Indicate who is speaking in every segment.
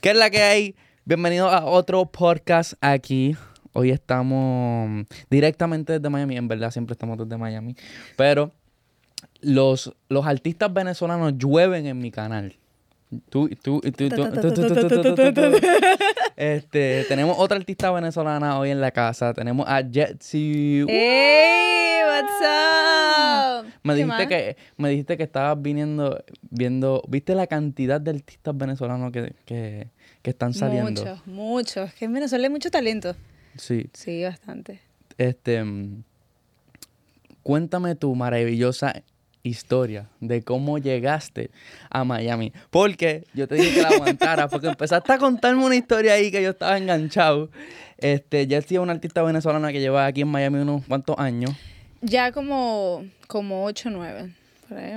Speaker 1: ¿Qué es la que hay? Bienvenidos a otro podcast aquí. Hoy estamos directamente desde Miami. En verdad, siempre estamos desde Miami. Pero los, los artistas venezolanos llueven en mi canal. Tú, tú, tú, tú, tú, tú, tú, tú, tú, tú, tú. Este, tenemos otra artista venezolana hoy en la casa. Tenemos a Jetsi.
Speaker 2: ¡Ey! What's up?
Speaker 1: Me
Speaker 2: Eh, ¿Qué
Speaker 1: dijiste
Speaker 2: más?
Speaker 1: que me dijiste que estabas viniendo viendo, ¿viste la cantidad de artistas venezolanos que, que, que están saliendo?
Speaker 2: Muchos, muchos. Es que en Venezuela hay mucho talento.
Speaker 1: Sí,
Speaker 2: Sí, bastante.
Speaker 1: este mm, cuéntame tu maravillosa historia de cómo llegaste a Miami, porque yo te dije que la aguantara porque empezaste a contarme una historia ahí que yo estaba enganchado. Este, Jessie es una artista venezolana que lleva aquí en Miami unos cuantos años.
Speaker 2: Ya como, como 8 9. Por ahí,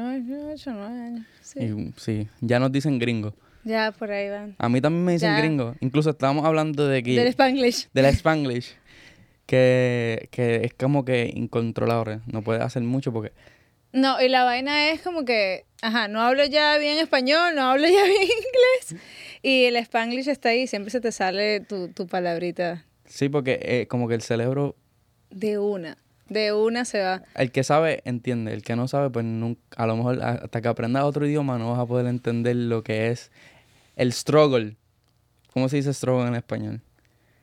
Speaker 2: 8 9 años. Sí.
Speaker 1: Y, sí, ya nos dicen gringo.
Speaker 2: Ya, por ahí van.
Speaker 1: A mí también me dicen
Speaker 2: Ya.
Speaker 1: gringo. Incluso estábamos hablando de que
Speaker 2: Del Spanglish.
Speaker 1: de la Spanglish. Que, que es como que incontrolable. No puedes hacer mucho porque.
Speaker 2: No, y la vaina es como que, ajá, no hablo ya bien español, no hablo ya bien inglés. Y el Spanglish está ahí, siempre se te sale tu, tu palabrita
Speaker 1: Sí, porque eh, como que el cerebro.
Speaker 2: de una. De una se va.
Speaker 1: El que sabe, entiende. El que no sabe, pues nunca, a lo mejor a- hasta que aprendas otro idioma no vas a poder entender lo que es el struggle. ¿Cómo se dice struggle en español?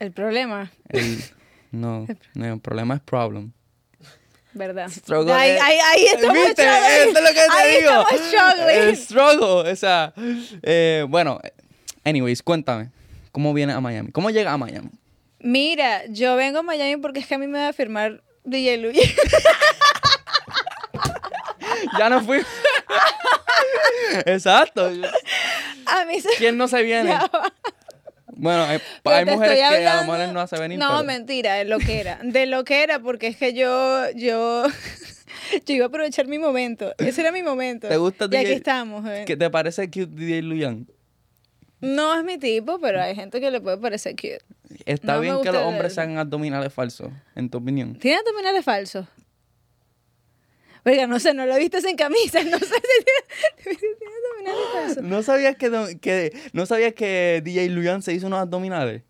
Speaker 2: El problema,
Speaker 1: El, no, no, el problema es problem.
Speaker 2: ¿verdad?
Speaker 1: Struggle
Speaker 2: Ahí,
Speaker 1: es-
Speaker 2: ahí, ahí estamos
Speaker 1: ¿Viste?
Speaker 2: struggling.
Speaker 1: Eso es lo que te
Speaker 2: ahí
Speaker 1: digo.
Speaker 2: estamos struggling.
Speaker 1: El struggle, o sea, eh, bueno, anyways, cuéntame, ¿cómo vienes a Miami? ¿Cómo llegas a Miami?
Speaker 2: Mira, yo vengo a Miami porque es que a mí me va a firmar DJ Luis.
Speaker 1: Ya no fui. Exacto.
Speaker 2: a mí se
Speaker 1: ¿Quién no se viene?
Speaker 2: va.
Speaker 1: Bueno, hay,
Speaker 2: Pero
Speaker 1: hay
Speaker 2: te
Speaker 1: mujeres que a
Speaker 2: estoy
Speaker 1: lo
Speaker 2: hablando-
Speaker 1: mejor no se venir.
Speaker 2: No,
Speaker 1: pero-
Speaker 2: mentira, de lo que era. De lo que era, porque es que yo, yo, yo iba a aprovechar mi momento. Ese era mi momento.
Speaker 1: ¿Te gusta
Speaker 2: Y
Speaker 1: DJ?
Speaker 2: aquí estamos. eh. joven.
Speaker 1: ¿Qué te parece cute DJ Luyan?
Speaker 2: No es mi tipo, pero hay gente que le puede parecer cute.
Speaker 1: ¿Está
Speaker 2: No me
Speaker 1: bien que
Speaker 2: gusta
Speaker 1: los
Speaker 2: el-
Speaker 1: hombres sean abdominales falsos, en tu opinión?
Speaker 2: ¿Tiene abdominales falsos? Oiga, no sé, no lo viste sin camisa, no sé si tiene, si tiene abdominales falsos.
Speaker 1: ¿No sabías que, do- que- no sabías que DJ Luyan se hizo unos abdominales?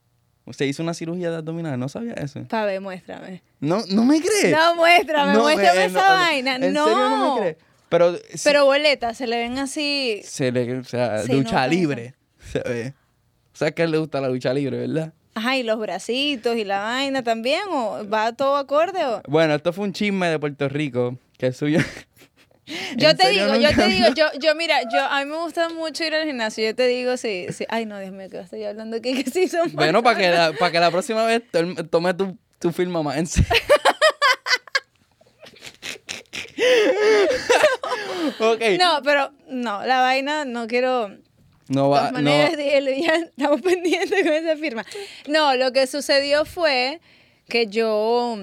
Speaker 1: Se hizo una cirugía de abdominales, ¿no sabías eso?
Speaker 2: Pa' ver, muéstrame.
Speaker 1: No, no me crees.
Speaker 2: No, muéstrame,
Speaker 1: No,
Speaker 2: muéstrame
Speaker 1: eh,
Speaker 2: esa
Speaker 1: no, no.
Speaker 2: vaina.
Speaker 1: ¿En
Speaker 2: no.
Speaker 1: serio no me crees? Pero, sí,
Speaker 2: Pero boletas, se le ven así.
Speaker 1: se le, o sea,
Speaker 2: Se
Speaker 1: lucha
Speaker 2: nota eso.
Speaker 1: libre. Se ve. O sea, que a él le gusta la lucha libre, ¿verdad?
Speaker 2: Ajá, y los bracitos y la vaina también, o va todo acorde. o-
Speaker 1: Bueno, esto fue un chisme de Puerto Rico que es suyo. ¿En
Speaker 2: Yo te
Speaker 1: serio
Speaker 2: digo, yo
Speaker 1: nunca
Speaker 2: te digo,
Speaker 1: habló?
Speaker 2: yo, yo, mira, yo a mí me gusta mucho ir al gimnasio. Yo te digo, sí, sí. Ay, no, Dios mío, que estoy hablando aquí, que sí son
Speaker 1: Bueno, para que, la, para que la próxima vez to- tome tu, tu firma más en serio. ok. No,
Speaker 2: No, pero no, la vaina no quiero. De
Speaker 1: va,
Speaker 2: todas
Speaker 1: no.
Speaker 2: maneras, dije, "Lu, ya estamos pendientes con esa firma. No, lo que sucedió fue que yo,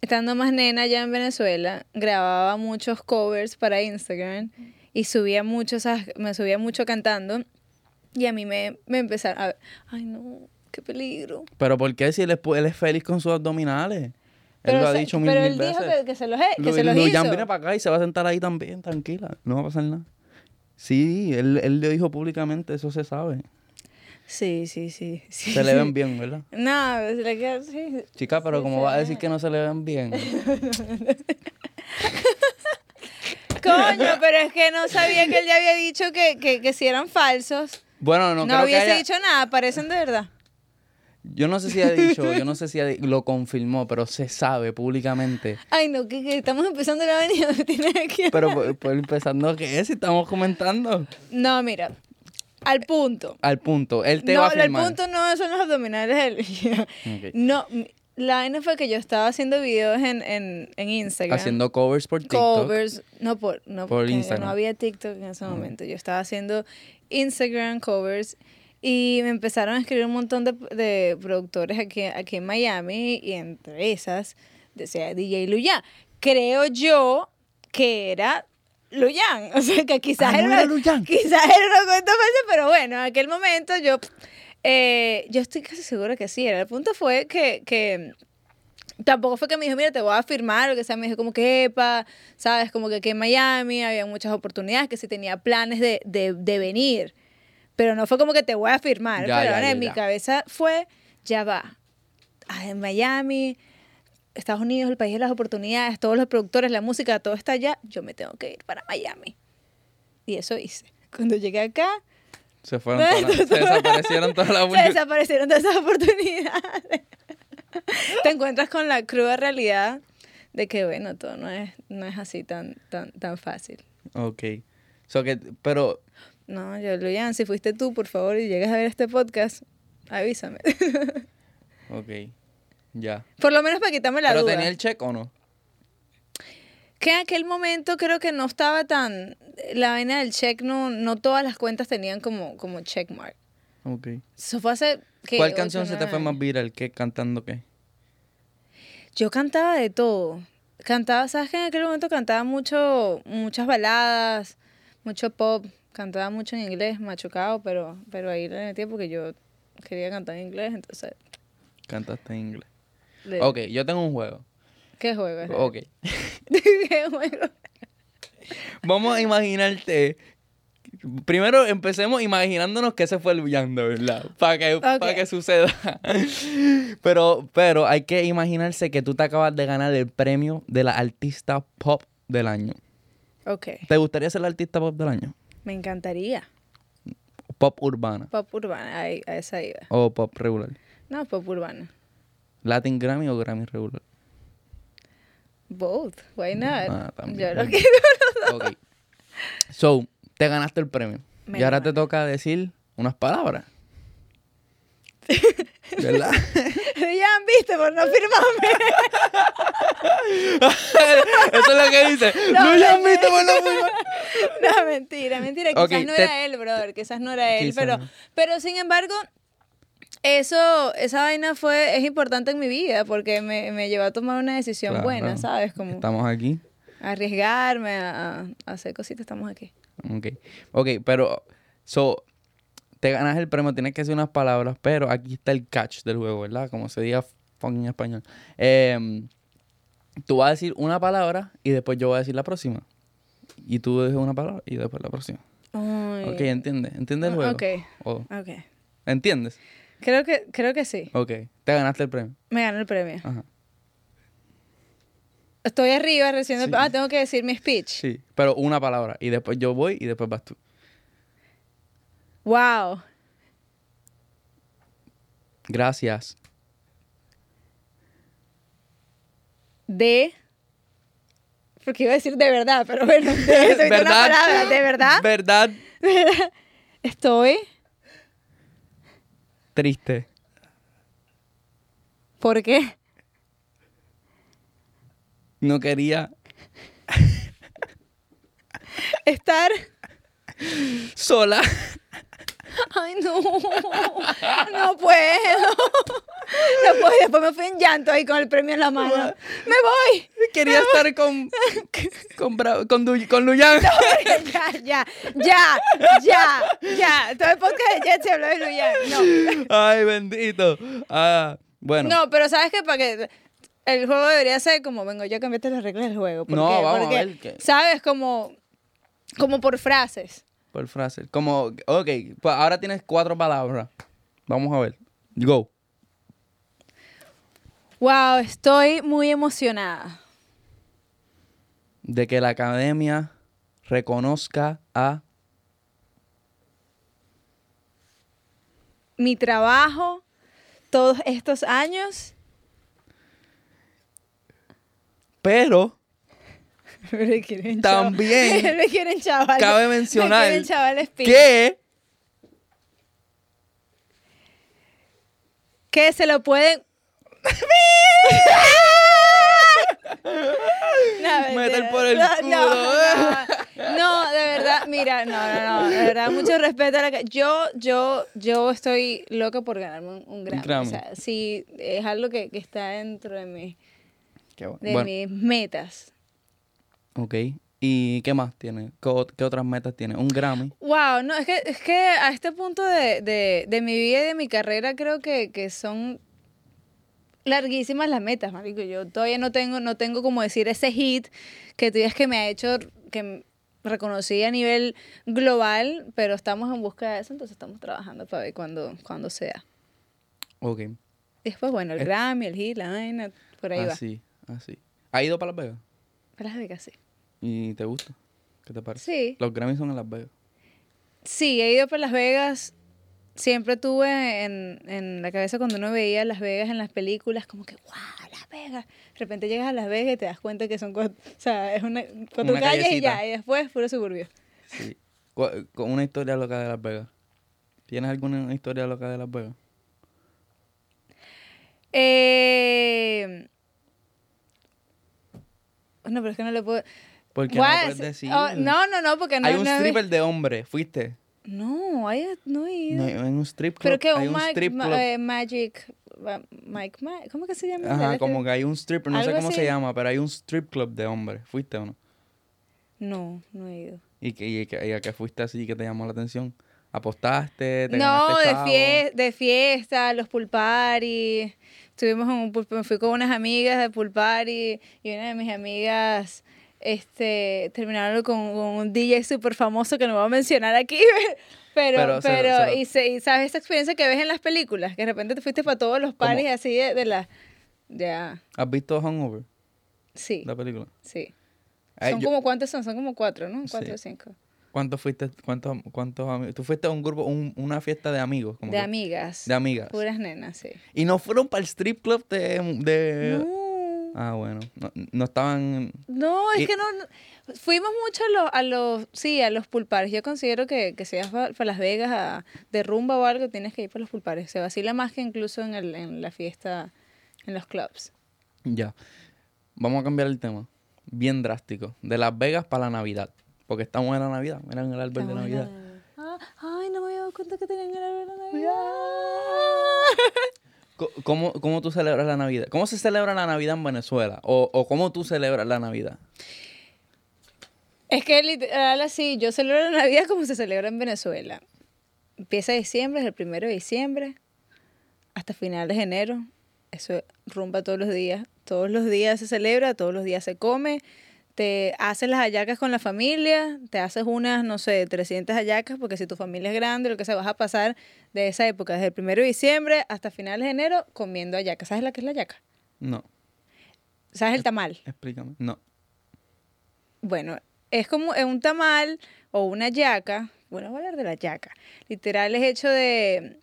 Speaker 2: estando más nena allá en Venezuela, grababa muchos covers para Instagram y subía mucho, esas- me subía mucho cantando y a mí me, me empezaron a ver, ay no, qué peligro.
Speaker 1: Pero ¿por qué si él es, pu- él es feliz con sus abdominales? Él lo ha
Speaker 2: se-
Speaker 1: dicho mil,
Speaker 2: pero
Speaker 1: mil
Speaker 2: él
Speaker 1: veces.
Speaker 2: dijo que, que se los, he- que
Speaker 1: Lu-
Speaker 2: se los
Speaker 1: Luyan
Speaker 2: hizo.
Speaker 1: viene para acá y se va a sentar ahí también, tranquila. No va a pasar nada. Sí, él, él lo dijo públicamente, eso se sabe.
Speaker 2: Sí, sí, sí. sí,
Speaker 1: Se le
Speaker 2: sí.
Speaker 1: ven bien, ¿verdad?
Speaker 2: No, se le queda así.
Speaker 1: Chica, pero
Speaker 2: Sí,
Speaker 1: como
Speaker 2: se
Speaker 1: vas a
Speaker 2: ve.
Speaker 1: decir que no se le ven bien.
Speaker 2: Coño, pero es que no sabía que él ya había dicho que, que, que si eran falsos.
Speaker 1: Bueno, no,
Speaker 2: No,
Speaker 1: creo que
Speaker 2: hubiese
Speaker 1: haya-
Speaker 2: dicho nada, parecen de verdad.
Speaker 1: Yo no sé si ha dicho, yo no sé si ha di- lo confirmó, pero se sabe públicamente.
Speaker 2: Ay, no, que, que estamos empezando la avenida, me tienes aquí.
Speaker 1: Pero por, por empezando, ¿qué es? Si Estamos comentando.
Speaker 2: No, mira, al punto.
Speaker 1: Al punto, él te
Speaker 2: No,
Speaker 1: va a
Speaker 2: al
Speaker 1: firmar.
Speaker 2: punto no son los abdominales del...
Speaker 1: Ok.
Speaker 2: No, la vaina fue que yo estaba haciendo videos en, en, en Instagram.
Speaker 1: Haciendo covers por TikTok.
Speaker 2: covers, no por, no,
Speaker 1: Por
Speaker 2: porque
Speaker 1: Instagram.
Speaker 2: no había TikTok en ese momento. Yo estaba haciendo Instagram covers y me empezaron a escribir un montón de, de productores aquí, aquí en Miami y entre esas decía DJ Luyan. Creo yo que era Luyan, o sea que quizás
Speaker 1: Ah, no era
Speaker 2: lo-
Speaker 1: Luyan.
Speaker 2: quizás era una cuenta falsa, pero bueno, en aquel momento yo eh, yo estoy casi segura que sí. Era. El punto fue que, que tampoco fue que me dijo, mira, te voy a firmar, o que sea, me dijo como que, epa, sabes, como que aquí en Miami había muchas oportunidades, que si tenía planes de, de, de venir. Pero no fue como que te voy a firmar.
Speaker 1: Ya,
Speaker 2: pero
Speaker 1: ya,
Speaker 2: ahora
Speaker 1: ya,
Speaker 2: en mi
Speaker 1: ya.
Speaker 2: cabeza fue, ya va. Ah, En Miami, Estados Unidos, el país de las oportunidades, todos los productores, la música, todo está allá. Yo me tengo que ir para Miami. Y eso hice. Cuando llegué acá,
Speaker 1: Se fueron todas las- se desaparecieron todas las
Speaker 2: se desaparecieron todas esas oportunidades. Te encuentras con la cruda realidad de que, bueno, todo no es, no es así tan, tan, tan fácil.
Speaker 1: Ok. So que, pero
Speaker 2: No, yo, Luyan, si fuiste tú, por favor, y llegas a ver este podcast, avísame.
Speaker 1: Ok, ya.
Speaker 2: por lo menos para quitarme la
Speaker 1: ¿Pero
Speaker 2: duda.
Speaker 1: tenía el cheque o no?
Speaker 2: Que en aquel momento creo que no estaba tan... La vaina del check, no, no todas las cuentas tenían como, como checkmark.
Speaker 1: Ok.
Speaker 2: Eso fue hace... ¿qué?
Speaker 1: ¿Cuál
Speaker 2: Ocho,
Speaker 1: canción se te
Speaker 2: nueve
Speaker 1: fue
Speaker 2: años.
Speaker 1: más viral? ¿Qué cantando qué?
Speaker 2: Yo cantaba de todo. Cantaba, ¿sabes que En aquel momento cantaba mucho, muchas baladas, mucho pop. Cantaba mucho en inglés, machucado, pero, pero ahí le metí porque yo quería cantar en inglés, entonces...
Speaker 1: Cantaste en inglés.
Speaker 2: le-
Speaker 1: Ok, yo tengo un juego.
Speaker 2: ¿Qué juego es?
Speaker 1: Ok.
Speaker 2: ¿Qué juego?
Speaker 1: Vamos a imaginarte. Primero empecemos imaginándonos que ese fue el villano, de ¿verdad? Para que, para
Speaker 2: Ok.
Speaker 1: que suceda. Pero, pero hay que imaginarse que tú te acabas de ganar el premio de la artista pop del año.
Speaker 2: Ok,
Speaker 1: ¿Te gustaría ser la artista pop del año?
Speaker 2: me encantaría.
Speaker 1: Pop urbana
Speaker 2: Pop urbana, ahí, a esa iba.
Speaker 1: o pop regular.
Speaker 2: No, pop urbana.
Speaker 1: Latin Grammy o Grammy regular.
Speaker 2: Both, why not?
Speaker 1: Ah, también,
Speaker 2: Yo lo
Speaker 1: bueno.
Speaker 2: quiero.
Speaker 1: Ok. So, te ganaste el premio.
Speaker 2: Me
Speaker 1: y ahora
Speaker 2: gané.
Speaker 1: te toca decir unas palabras. ¿Verdad?
Speaker 2: ya han visto por no firmarme.
Speaker 1: Eso es lo que dice.
Speaker 2: No,
Speaker 1: No, ya
Speaker 2: no,
Speaker 1: viste,
Speaker 2: no.
Speaker 1: bueno, bueno.
Speaker 2: no, mentira, mentira. Quizás
Speaker 1: Ok,
Speaker 2: no
Speaker 1: te-
Speaker 2: era él, brother. Quizás no era él.
Speaker 1: Quizás
Speaker 2: Pero,
Speaker 1: no.
Speaker 2: pero sin embargo, eso, esa vaina fue, es importante en mi vida porque me, me llevó a tomar una decisión
Speaker 1: Claro.
Speaker 2: buena, ¿sabes? Como
Speaker 1: Estamos aquí.
Speaker 2: arriesgarme a, a- a hacer cositas, estamos aquí.
Speaker 1: Ok. Ok, pero. So, te ganas el premio, tienes que decir unas palabras, pero aquí está el catch del juego, ¿verdad? Como se diga fucking en español. Em, tú vas a decir una palabra y después yo voy a decir la próxima. Y tú dices una palabra y después la próxima.
Speaker 2: Ay,
Speaker 1: Ok, entiende. Entiende el
Speaker 2: Ah,
Speaker 1: juego.
Speaker 2: ok.
Speaker 1: Oh,
Speaker 2: ok.
Speaker 1: ¿Entiendes?
Speaker 2: Creo que, creo que sí.
Speaker 1: Ok. Te ganaste el premio.
Speaker 2: Me ganó el premio.
Speaker 1: Ajá.
Speaker 2: Estoy arriba recién.
Speaker 1: Sí.
Speaker 2: Ah, tengo que decir mi speech.
Speaker 1: Sí. Pero una palabra. Y después yo voy y después vas tú.
Speaker 2: Wow.
Speaker 1: Gracias.
Speaker 2: de porque iba a decir de verdad, pero bueno, de eso una palabra, de verdad.
Speaker 1: ¿Verdad?
Speaker 2: Estoy
Speaker 1: Triste.
Speaker 2: porque
Speaker 1: No quería.
Speaker 2: estar
Speaker 1: Sola.
Speaker 2: Ay, no. No puedo. No puedo, después me fui en llanto ahí con el premio en la mano. Me voy.
Speaker 1: Quería estar con. Con, Bra- con, Du- con Luyan.
Speaker 2: Ya, ya, ya, ya, ya. Todo el podcast de Jet se habló de Luyan. No.
Speaker 1: Ay, bendito. Ah, bueno.
Speaker 2: No, pero sabes que para que el juego debería ser como, vengo yo a cambiarte las reglas del juego. ¿Por
Speaker 1: No,
Speaker 2: qué?
Speaker 1: vamos a
Speaker 2: Porque,
Speaker 1: ver que-
Speaker 2: Sabes, como, como por frases.
Speaker 1: Por frase. Como. Ok. Pues ahora tienes cuatro palabras. Vamos a ver. Go.
Speaker 2: Wow, estoy muy emocionada
Speaker 1: de que la academia reconozca a
Speaker 2: mi trabajo todos estos años.
Speaker 1: pero
Speaker 2: Me quieren chaval-
Speaker 1: También
Speaker 2: Me quieren chaval.
Speaker 1: cabe mencionar
Speaker 2: Me quieren chaval espíritu.
Speaker 1: que
Speaker 2: Que se lo pueden. No, mentira.
Speaker 1: Meter por el
Speaker 2: no, No,
Speaker 1: culo.
Speaker 2: no, no, de verdad, mira, no, no, no, de verdad, mucho respeto a la ca- Yo, yo, yo estoy loca por ganarme un, un Grammy.
Speaker 1: Grammy.
Speaker 2: O sea, sí, es algo que, que está dentro de, mi-
Speaker 1: Qué bueno.
Speaker 2: de
Speaker 1: Bueno,
Speaker 2: mis metas.
Speaker 1: ok y qué más tiene ¿Qué, ot- qué otras metas tiene un Grammy
Speaker 2: Wow, no, es que, es que a este punto de, de- de mi vida y de mi carrera creo que, que son larguísimas las metas, marico. Yo todavía no tengo, no tengo como decir ese hit que tú digas que me ha hecho, que reconocida a nivel global, pero estamos en busca de eso, entonces estamos trabajando para ver cuándo, cuándo se da.
Speaker 1: Ok.
Speaker 2: Después, bueno, el
Speaker 1: Eh. Ah,
Speaker 2: Grammy, el Hit, la vaina, por ahí va.
Speaker 1: así, así. ¿Has ido para Las Vegas?
Speaker 2: Para Las Vegas, sí.
Speaker 1: ¿Y te gusta? ¿Qué te parece?
Speaker 2: Sí.
Speaker 1: Los Grammys son en Las Vegas.
Speaker 2: Sí, he ido para Las Vegas. Siempre tuve en, en la cabeza cuando uno veía Las Vegas en las películas, como que, wow, Las Vegas. De repente llegas a Las Vegas y te das cuenta que son cuatro, o sea, es una, cuatro
Speaker 1: Una
Speaker 2: calles y
Speaker 1: callecita.
Speaker 2: ya, y después puro suburbio.
Speaker 1: Sí. Cu- Con una historia loca de Las Vegas. ¿Tienes alguna historia loca de Las Vegas?
Speaker 2: Eh, no, pero es que no le puedo...
Speaker 1: Porque no
Speaker 2: Guau,
Speaker 1: puedes
Speaker 2: sí.
Speaker 1: decir.
Speaker 2: Oh, no, no, no, porque no
Speaker 1: Hay un
Speaker 2: no he
Speaker 1: stripper de hombre, fuiste.
Speaker 2: vi- No, ahí no he ido.
Speaker 1: No, hay un strip club.
Speaker 2: pero que
Speaker 1: hay
Speaker 2: un,
Speaker 1: un
Speaker 2: mag-
Speaker 1: strip
Speaker 2: ma-
Speaker 1: club.
Speaker 2: eh, Magic... ma- Mike, Ma- ¿Cómo que se llama?
Speaker 1: Ajá,
Speaker 2: ¿Sabes qué?
Speaker 1: como que hay un strip, no sé
Speaker 2: Algo
Speaker 1: cómo se
Speaker 2: así.
Speaker 1: llama, pero hay un strip club de hombres. ¿Fuiste o no?
Speaker 2: No, no he ido.
Speaker 1: ¿Y, que, y, que- y a qué fuiste así que te llamó la atención? ¿Apostaste? ¿Te
Speaker 2: No,
Speaker 1: ganaste
Speaker 2: de,
Speaker 1: chavo?
Speaker 2: fie- de fiesta, los pool party. Estuvimos en un pool- me fui con unas amigas de pool party y una de mis amigas este, terminaron con, con un DJ súper famoso que no voy a mencionar aquí, pero,
Speaker 1: Pero
Speaker 2: pero,
Speaker 1: se lo- se lo-
Speaker 2: y, se- y sabes esa experiencia que ves en las películas, que de repente te fuiste para todos los parties así de, de la... Ya,
Speaker 1: ¿Has visto Hangover,
Speaker 2: sí,
Speaker 1: la película?
Speaker 2: sí.
Speaker 1: Ay,
Speaker 2: son
Speaker 1: yo-
Speaker 2: como cuántos son, son como cuatro, ¿no? Cuatro
Speaker 1: Sí.
Speaker 2: o cinco.
Speaker 1: ¿Cuántos fuiste? ¿Cuántos, cuántos amigos? Tú fuiste a un grupo, un- una fiesta de amigos. como
Speaker 2: De
Speaker 1: que-
Speaker 2: amigas.
Speaker 1: De amigas.
Speaker 2: Puras nenas, sí.
Speaker 1: Y no fueron para el strip club de... de-
Speaker 2: No.
Speaker 1: Ah, bueno. No, no estaban...
Speaker 2: No, es
Speaker 1: Y-
Speaker 2: que no, no- Fuimos mucho a los, a los, sí, a los pulpares. Yo considero que, que si vas para Las Vegas a, de rumba o algo, tienes que ir para los pulpares. Se vacila más que incluso en, el, en la fiesta, en los clubs.
Speaker 1: Ya. Vamos a cambiar el tema. Bien drástico. De Las Vegas para la Navidad. Porque estamos en la Navidad. Mira en el árbol de
Speaker 2: Estamos en la
Speaker 1: Navidad.
Speaker 2: Navidad. Ah, ay, no me había dado cuenta que tenían el árbol de Navidad.
Speaker 1: Co- ¿Cómo, ¿Cómo tú celebras la Navidad? ¿Cómo se celebra la Navidad en Venezuela? ¿O, o cómo tú celebras la Navidad?
Speaker 2: Es que literal así, yo celebro la Navidad como se celebra en Venezuela. Empieza diciembre, es el primero de diciembre, hasta finales de enero. Eso es rumba todos los días. Todos los días se celebra, todos los días se come. Te haces las hallacas con la familia, te haces unas, no sé, 300 hallacas, porque si tu familia es grande, lo que se vas a pasar de esa época, desde el primero de diciembre hasta finales de enero, comiendo hallacas. ¿Sabes la que es la hallaca?
Speaker 1: No.
Speaker 2: ¿Sabes el tamal?
Speaker 1: Explícame. No.
Speaker 2: Bueno, es como eh, un tamal o una yaca. Bueno, voy a hablar de la yaca. Literal es hecho de,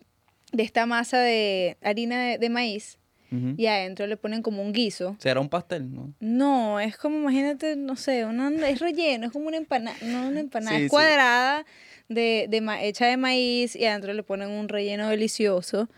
Speaker 2: de esta masa de harina de, de maíz
Speaker 1: Ujú.
Speaker 2: y adentro le ponen como un guiso.
Speaker 1: ¿Será un pastel? No.
Speaker 2: No, es como, imagínate, no sé, una, es relleno, es como una empanada, no una empanada,
Speaker 1: Sí, sí.
Speaker 2: es cuadrada, de, de ma- hecha de maíz y adentro le ponen un relleno delicioso.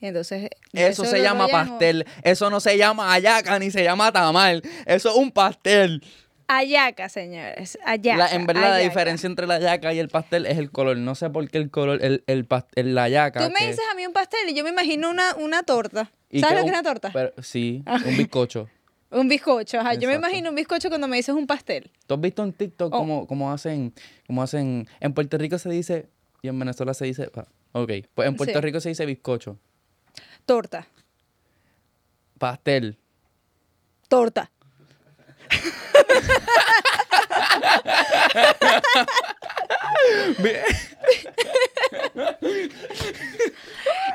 Speaker 2: Y entonces,
Speaker 1: Eso, se
Speaker 2: lo
Speaker 1: llama
Speaker 2: rollan o-
Speaker 1: pastel. Eso no se llama ayaca ni se llama tamal. Eso es un pastel.
Speaker 2: Ayaca, señores, ayaca.
Speaker 1: La- en verdad, la
Speaker 2: ayaca.
Speaker 1: diferencia entre la yaca y el pastel es el color. No sé por qué el color, el, el, pas- el- la yaca.
Speaker 2: Tú me
Speaker 1: que-
Speaker 2: dices a mí un pastel y yo me imagino una, una torta.
Speaker 1: y
Speaker 2: ¿Sabes lo
Speaker 1: un-
Speaker 2: que es una torta? Ah.
Speaker 1: pero- sí, un bizcocho.
Speaker 2: Un bizcocho, ajá. Yo me
Speaker 1: Exacto.
Speaker 2: imagino un bizcocho cuando me dices un pastel.
Speaker 1: ¿Tú has visto en TikTok
Speaker 2: Oh.
Speaker 1: cómo, cómo hacen, cómo hacen? En Puerto Rico se dice, y en Venezuela se dice, ah, ok, pues en Puerto
Speaker 2: Sí.
Speaker 1: Rico se dice bizcocho,
Speaker 2: Torta.
Speaker 1: pastel.
Speaker 2: Torta.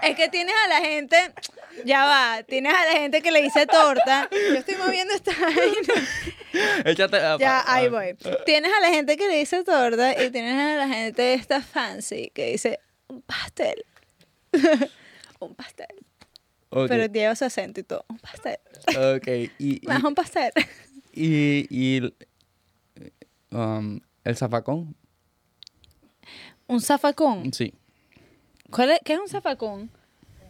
Speaker 2: Es que tienes a la gente, ya va, tienes a la gente que le dice torta. Yo estoy moviendo esta vaina.
Speaker 1: Échate. ah,
Speaker 2: Ya,
Speaker 1: pa-
Speaker 2: ahí
Speaker 1: ah,
Speaker 2: voy. Tienes a la gente que le dice torta y tienes a la gente esta fancy que dice un pastel. un pastel.
Speaker 1: ok,
Speaker 2: Pero lleva su acento y todo. Un pastel.
Speaker 1: ok, y, y,
Speaker 2: Más un pastel.
Speaker 1: y- y el- um, el zafacón,
Speaker 2: un zafacón.
Speaker 1: sí.
Speaker 2: ¿Cuál es- ¿Qué es un zafacón?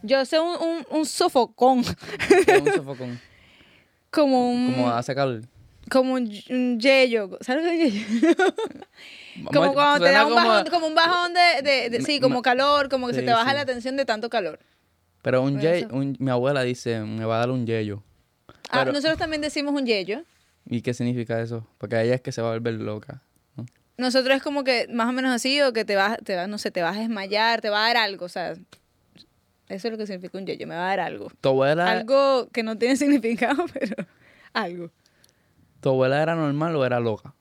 Speaker 2: Yo sé un, un, un sofocón.
Speaker 1: es un zafacón,
Speaker 2: Como un.
Speaker 1: como hace calor.
Speaker 2: Como un, y- un yeyo. ¿Sabes lo que es yeyo?
Speaker 1: Vamos,
Speaker 2: como cuando te
Speaker 1: suena
Speaker 2: da un
Speaker 1: como-
Speaker 2: bajón, como un bajón de. de- de- sí, como calor, como que se
Speaker 1: Sí,
Speaker 2: te baja
Speaker 1: sí.
Speaker 2: la tensión de tanto calor.
Speaker 1: Pero un,
Speaker 2: Pero
Speaker 1: ye-
Speaker 2: eso-
Speaker 1: un- mi abuela dice, me va a dar un yeyo.
Speaker 2: Ah,
Speaker 1: Pero-
Speaker 2: nosotros también decimos un yeyo.
Speaker 1: ¿Y qué significa eso? Porque ella es que se va a volver loca. ¿no?
Speaker 2: Nosotros es como que más o menos así, o que te vas, te vas, no sé, te vas a desmayar, te va a dar algo, o sea. Eso es lo que significa un yeyo, me va a dar algo.
Speaker 1: Tu abuela,
Speaker 2: Algo que no tiene significado, pero algo.
Speaker 1: tu abuela era normal o era loca.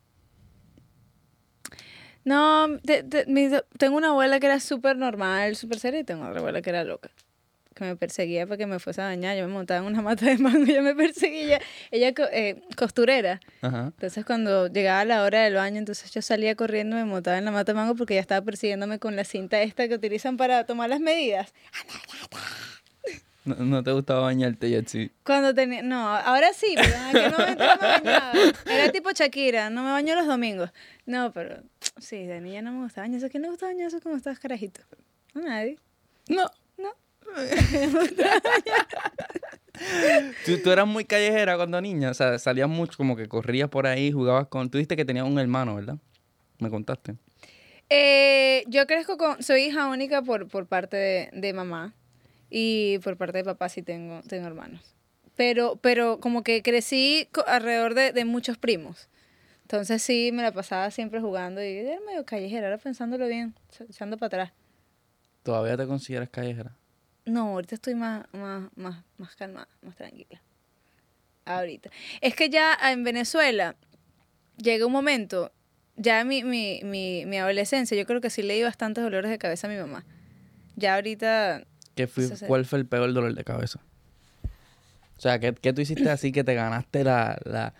Speaker 2: No, te- te- mi- tengo una abuela que era súper normal, súper seria, y tengo otra abuela que era loca. Que me perseguía para que me fuese a bañar. Yo me montaba en una mata de mango y ella me perseguía. Ella, co- eh, costurera.
Speaker 1: Ajá.
Speaker 2: Entonces, cuando llegaba la hora del baño, entonces yo salía corriendo, me montaba en la mata de mango porque ella estaba persiguiéndome con la cinta esta que utilizan para tomar las medidas.
Speaker 1: No, no te gustaba bañarte, Jetsi.
Speaker 2: Cuando tenía. No, ahora sí, pero en aquel momento no me bañaba. Era tipo Shakira, no me baño los domingos. No, pero sí, de niña no me gustaba bañarse. ¿A quién le gusta bañarse cuando estás carajito? A nadie.
Speaker 1: No.
Speaker 2: No.
Speaker 1: ¿Tú, tú eras muy callejera cuando niña, o sea, salías mucho, como que corrías por ahí, jugabas con... Tú dijiste que tenías un hermano, ¿verdad? Me contaste.
Speaker 2: Eh, yo crezco con. Soy hija única por, por parte de, de mamá. Y por parte de papá sí tengo, tengo hermanos. Pero, pero como que crecí co- alrededor de, de muchos primos. Entonces sí me la pasaba siempre jugando y era medio callejera, ahora pensándolo bien, echando para atrás.
Speaker 1: ¿Todavía te consideras callejera?
Speaker 2: No, ahorita estoy más, más, más, más calmada, más tranquila. Ahorita. Es que ya en Venezuela llega un momento, ya mi, mi, mi, mi adolescencia, yo creo que sí le di bastantes dolores de cabeza a mi mamá. Ya ahorita,
Speaker 1: ¿Qué fue,
Speaker 2: Eso sí.
Speaker 1: ¿Cuál fue el peor dolor de cabeza? O sea, ¿qué, qué tú hiciste así que te ganaste la, la,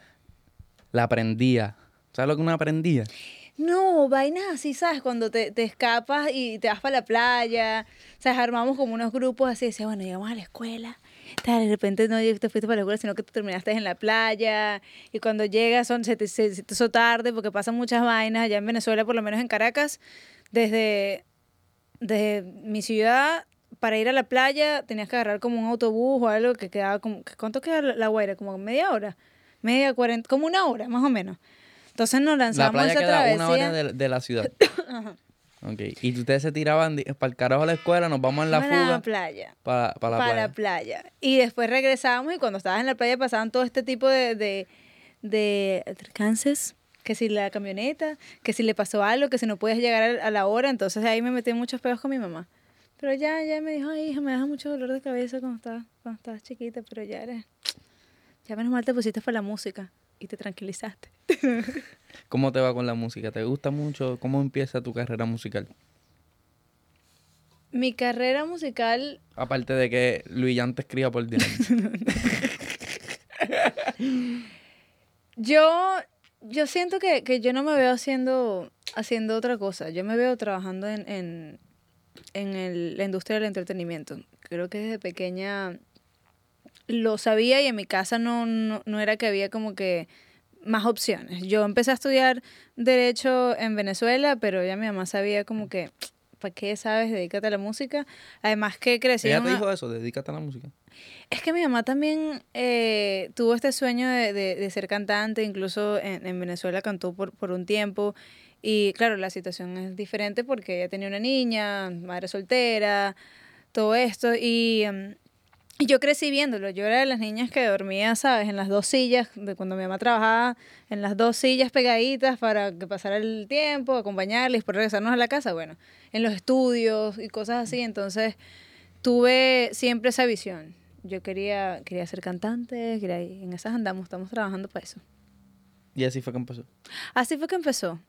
Speaker 1: la prendía? ¿Sabes lo que es una prendía?
Speaker 2: no, vainas así, ¿sabes? Cuando te, te escapas y te vas para la playa, ¿sabes? Armamos como unos grupos así, decía, bueno, llegamos a la escuela. tal, de repente no te fuiste para la escuela, sino que te terminaste en la playa. Y cuando llegas, son, se, te, se- se te hizo tarde porque pasan muchas vainas. Allá en Venezuela, por lo menos en Caracas, desde, desde mi ciudad para ir a la playa tenías que agarrar como un autobús o algo que quedaba como... ¿Cuánto queda La- la guaira? Como media hora. Media, cuarenta, como una hora más o menos. Entonces nos
Speaker 1: La
Speaker 2: lanzamos
Speaker 1: playa
Speaker 2: esa
Speaker 1: queda a
Speaker 2: travesía.
Speaker 1: una hora de, de la ciudad. ok. Y ustedes se tiraban para el carajo a la escuela, nos vamos en la
Speaker 2: Para
Speaker 1: fuga
Speaker 2: playa.
Speaker 1: para, para la
Speaker 2: para
Speaker 1: playa.
Speaker 2: la playa. Y después regresábamos y cuando estabas en la playa pasaban todo este tipo de, de, de alcances, que si la camioneta, que si le pasó algo, que si no podías llegar a a la hora, entonces ahí me metí en muchos pedos con mi mamá. Pero ya, ya me dijo, ay hija, me da mucho dolor de cabeza cuando estabas, cuando estabas chiquita, pero ya eres, ya menos mal te pusiste para la música y te tranquilizaste.
Speaker 1: ¿Cómo te va con la música? ¿Te gusta mucho? ¿Cómo empieza tu carrera musical?
Speaker 2: Mi carrera musical
Speaker 1: Aparte de que Luis ya te escriba por dinero.
Speaker 2: Yo, yo siento que, que yo no me veo haciendo, haciendo otra cosa. Yo me veo trabajando en, en, en el- la industria del entretenimiento. Creo que desde pequeña lo sabía y en mi casa no, no, no era que había como que más opciones. Yo empecé a estudiar derecho en Venezuela, pero ya mi mamá sabía como que, ¿para qué sabes? Dedícate a la música. Además que crecí en
Speaker 1: Ella te
Speaker 2: una-
Speaker 1: dijo eso, dedícate a la música.
Speaker 2: es que mi mamá también eh, tuvo este sueño de, de- de ser cantante, incluso en, en Venezuela cantó por, por un tiempo. Y claro, la situación es diferente porque ella tenía una niña, madre soltera, todo esto. Y, mm, y yo crecí viéndolo. Yo era de las niñas que dormía, ¿sabes? En las dos sillas, de cuando mi mamá trabajaba, en las dos sillas pegaditas para que pasara el tiempo, acompañarles, por regresarnos a la casa, bueno, en los estudios y cosas así. Entonces tuve siempre esa visión. Yo quería, quería ser cantante, quería, y en esas andamos, estamos trabajando para eso.
Speaker 1: Y así fue que empezó.
Speaker 2: Así fue que empezó.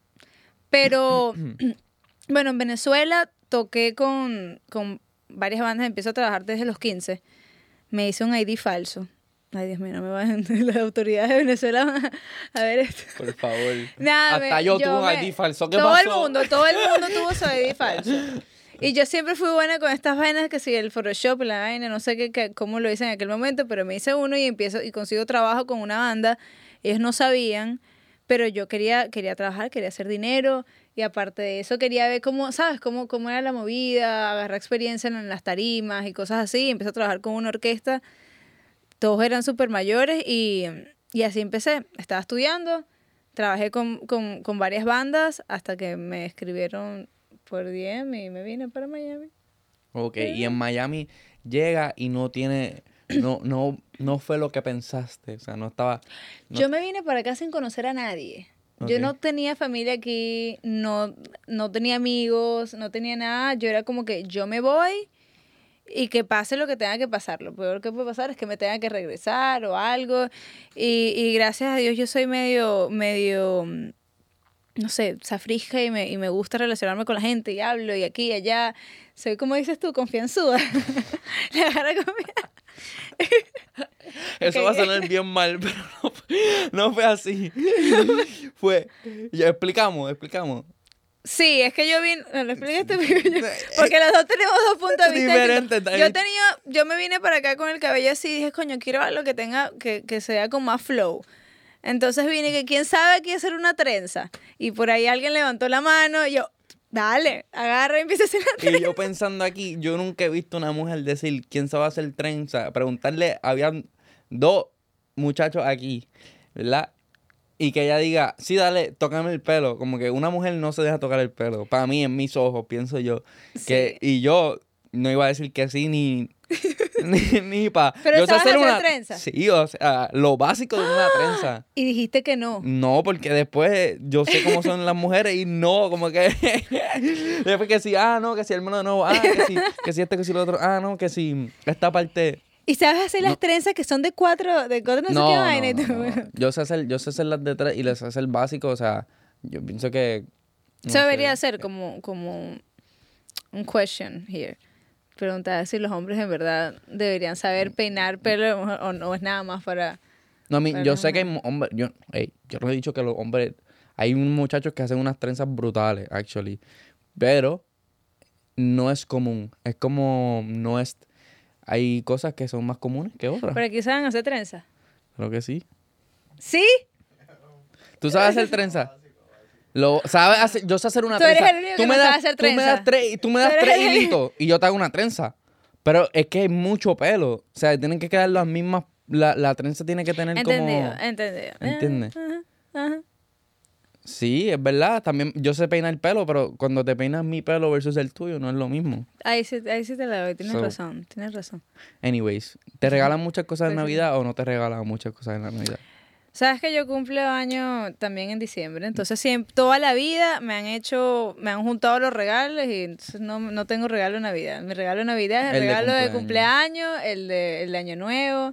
Speaker 2: Pero, bueno, en Venezuela toqué con, con varias bandas, empiezo a trabajar desde los 15. Me hice un ID falso. Ay, Dios mío, no me van las autoridades de Venezuela van a- a ver esto.
Speaker 1: Por favor.
Speaker 2: Nada,
Speaker 1: Hasta
Speaker 2: me-
Speaker 1: yo, tuve un
Speaker 2: me-
Speaker 1: ID falso. ¿Qué
Speaker 2: todo
Speaker 1: pasó?
Speaker 2: el mundo, todo el mundo tuvo su ID falso. Y yo siempre fui buena con estas vainas, que si el Photoshop, la vaina, no sé qué, qué- cómo lo hice en aquel momento, pero me hice uno y empiezo y consigo trabajo con una banda. Ellos no sabían, pero yo quería, quería trabajar, quería hacer dinero y aparte de eso quería ver cómo, ¿sabes? Cómo, cómo era la movida, agarrar experiencia en las tarimas y cosas así. Y empecé a trabajar con una orquesta todos eran súper mayores y, y así empecé. Estaba estudiando, trabajé con, con- con varias bandas hasta que me escribieron por DM y me vine para Miami.
Speaker 1: Ok, y
Speaker 2: Mm.
Speaker 1: en Miami llega y no tiene. No, no, no fue lo que pensaste. O sea, no estaba. no-
Speaker 2: Yo me vine para acá sin conocer a nadie. Yo
Speaker 1: Ok.
Speaker 2: no tenía familia aquí, no, no tenía amigos, no tenía nada. Yo era como que yo me voy y que pase lo que tenga que pasar. Lo peor que puede pasar es que me tenga que regresar o algo. Y, y gracias a Dios yo soy medio, medio mm, no sé, safrisca y me, y me gusta relacionarme con la gente y hablo y aquí y allá. Soy, como dices tú, confianzuda. la cara confianza.
Speaker 1: Eso va a sonar bien mal, pero no, fue- no fue así. fue. Ya explicamos, explicamos.
Speaker 2: Sí, es que yo vi, no, lo explicaste porque yo- porque los dos tenemos dos puntos de vista.
Speaker 1: Diferente,
Speaker 2: distintos.
Speaker 1: David.
Speaker 2: Yo tenía, yo me vine para acá con el cabello así y dije, coño, quiero algo que tenga, que, que sea con más flow. Entonces vine que quién sabe aquí hacer una trenza. Y por ahí alguien levantó la mano y yo, dale, agarra y empieza a hacer una
Speaker 1: Y yo pensando aquí, yo nunca he visto una mujer decir quién sabe hacer trenza. Preguntarle, habían dos muchachos aquí, ¿verdad? Y que ella diga, sí, dale, tócame el pelo. Como que una mujer no se deja tocar el pelo. Para mí, en mis ojos, pienso yo. Que, Y yo no iba a decir que sí ni. ni, ni para.
Speaker 2: Pero
Speaker 1: yo
Speaker 2: ¿sabes hacer
Speaker 1: una
Speaker 2: trenza?
Speaker 1: Sí, o sea, lo básico de una trenza.
Speaker 2: Y dijiste que no.
Speaker 1: No, porque después yo sé cómo son las mujeres y no, como que. después que si, ah, no, que si hermano de nuevo, ah, que si, que si este, que si lo otro, ah, no, que si esta parte.
Speaker 2: ¿Y sabes hacer las trenzas que son de cuatro, de cuatro no, sé qué vaina? y tú-
Speaker 1: no, no. Yo, sé hacer, yo sé hacer las de tres y les sé hacer básico, o sea, yo pienso que. no
Speaker 2: Eso
Speaker 1: sé.
Speaker 2: debería ser como, como un question here. Preguntar si los hombres en verdad deberían saber peinar pelo o no es nada más para...
Speaker 1: No, a mí,
Speaker 2: Pero
Speaker 1: yo
Speaker 2: no
Speaker 1: sé que hay hombres, yo, ey, yo no he dicho que los hombres, hay un- muchachos que hacen unas trenzas brutales, actually, pero no es común, es como, no es, hay cosas que son más comunes que otras,
Speaker 2: Pero aquí saben hacer trenza.
Speaker 1: creo que sí.
Speaker 2: ¿Sí?
Speaker 1: ¿Tú sabes hacer trenza? Lo, ¿sabes hacer- yo sé hacer una
Speaker 2: Tú eres
Speaker 1: trenza.
Speaker 2: el único
Speaker 1: tú
Speaker 2: que
Speaker 1: me
Speaker 2: no
Speaker 1: das,
Speaker 2: sabe hacer
Speaker 1: tú me das
Speaker 2: trenza.
Speaker 1: tres, y tú me das
Speaker 2: Tú eres
Speaker 1: tres
Speaker 2: el único.
Speaker 1: hilitos y yo te hago una trenza. Pero es que hay mucho pelo, o sea, tienen que quedar las mismas, la, la trenza tiene que tener
Speaker 2: Entendido, eh.
Speaker 1: como...
Speaker 2: entendido.
Speaker 1: ¿Entiendes?
Speaker 2: Ajá, ajá.
Speaker 1: Sí, es verdad. También yo sé peinar el pelo, pero cuando te peinas mi pelo versus el tuyo no es lo mismo.
Speaker 2: Ahí, sí, ahí sí te la doy, tienes
Speaker 1: So-
Speaker 2: razón, tienes razón.
Speaker 1: Anyways, ¿te regalan muchas cosas en
Speaker 2: Pues sí.
Speaker 1: Navidad o no te regalan muchas cosas en la Navidad?
Speaker 2: Sabes que yo cumplo año también en diciembre, entonces siempre, toda la vida me han hecho, me han juntado los regalos y entonces no, no tengo regalo de Navidad. Mi regalo de Navidad es el,
Speaker 1: El de
Speaker 2: regalo de cumpleaños, el de, el de Año Nuevo.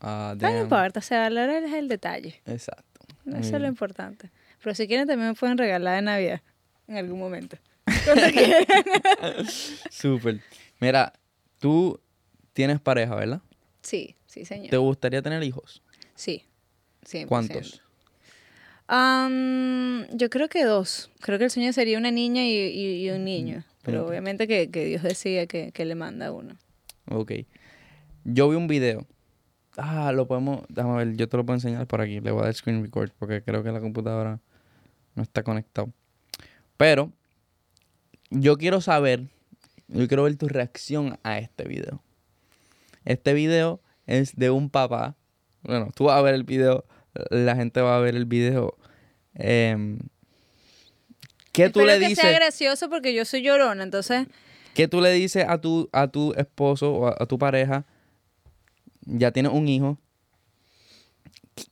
Speaker 1: Ah,
Speaker 2: No
Speaker 1: damn.
Speaker 2: importa, o sea, la verdad es el detalle,
Speaker 1: Exacto.
Speaker 2: eso es
Speaker 1: Mm.
Speaker 2: lo importante. Pero si quieren también me pueden regalar de Navidad en algún momento. Cuando quieran.
Speaker 1: Súper. Mira, tú tienes pareja, ¿verdad?
Speaker 2: Sí, sí
Speaker 1: ¿Te
Speaker 2: señor.
Speaker 1: gustaría tener hijos?
Speaker 2: Sí, 100%.
Speaker 1: ¿Cuántos?
Speaker 2: Am, yo creo que dos. Creo que el sueño sería una niña y, y- y un
Speaker 1: Mm,
Speaker 2: niño. Pero
Speaker 1: Ok.
Speaker 2: obviamente que, que Dios decía que, que le manda uno.
Speaker 1: Ok. Yo vi un video. Ah, lo podemos. Déjame ver, yo te lo puedo enseñar por aquí. Le voy a dar screen record porque creo que la computadora no está conectada. Pero yo quiero saber, yo quiero ver tu reacción a este video. Este video es de un papá. Bueno, tú vas a ver el video, la gente va a ver el video. Em, ¿Qué tú
Speaker 2: Espero
Speaker 1: le
Speaker 2: que
Speaker 1: dices?
Speaker 2: sea gracioso porque yo soy llorona, entonces...
Speaker 1: ¿Qué tú le dices a tu, a tu esposo o a, a tu pareja? Ya tienes un hijo.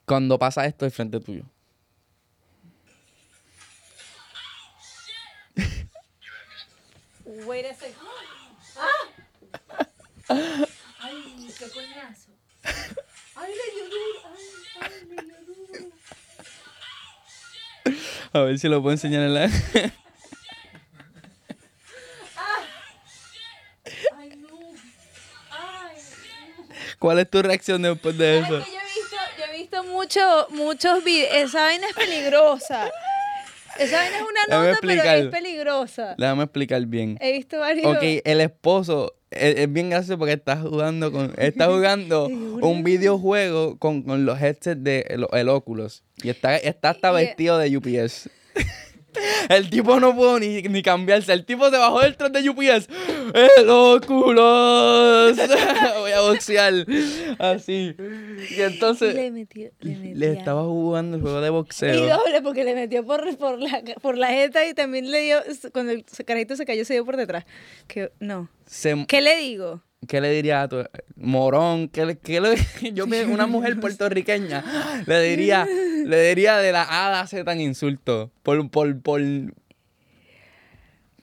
Speaker 1: Cuando pasa esto es frente tuyo. A ver si lo puedo enseñar en la. ¿Cuál es tu reacción después de
Speaker 2: Es que
Speaker 1: eso?
Speaker 2: yo he visto, yo he visto mucho- muchos videos. Esa vaina es peligrosa. Esa vaina es una
Speaker 1: Déjame
Speaker 2: nota, pero es
Speaker 1: explicarlo.
Speaker 2: peligrosa.
Speaker 1: Déjame explicar bien.
Speaker 2: He visto varios...
Speaker 1: Ok, el esposo es, es bien gracioso porque está jugando con está jugando un videojuego con, con los headsets de el, el Oculus y está está hasta
Speaker 2: Y-
Speaker 1: vestido de UPS. El tipo no pudo ni, ni cambiarse. El tipo se bajó del tren de UPS. ¡El Oculus! Voy a boxear. Así. Y
Speaker 2: le
Speaker 1: entonces
Speaker 2: metió, le
Speaker 1: le,
Speaker 2: metía.
Speaker 1: estaba jugando el juego de boxeo.
Speaker 2: Y doble, porque le metió por, por, la, por la jeta y también le dio, cuando el carajito se cayó, se dio por detrás. Que, no.
Speaker 1: Se-
Speaker 2: ¿Qué le digo?
Speaker 1: ¿Qué le diría a tu morón? ¿Qué le- qué le- yo me- una mujer puertorriqueña le diría, le diría de la A a la Z tan insulto por, por, por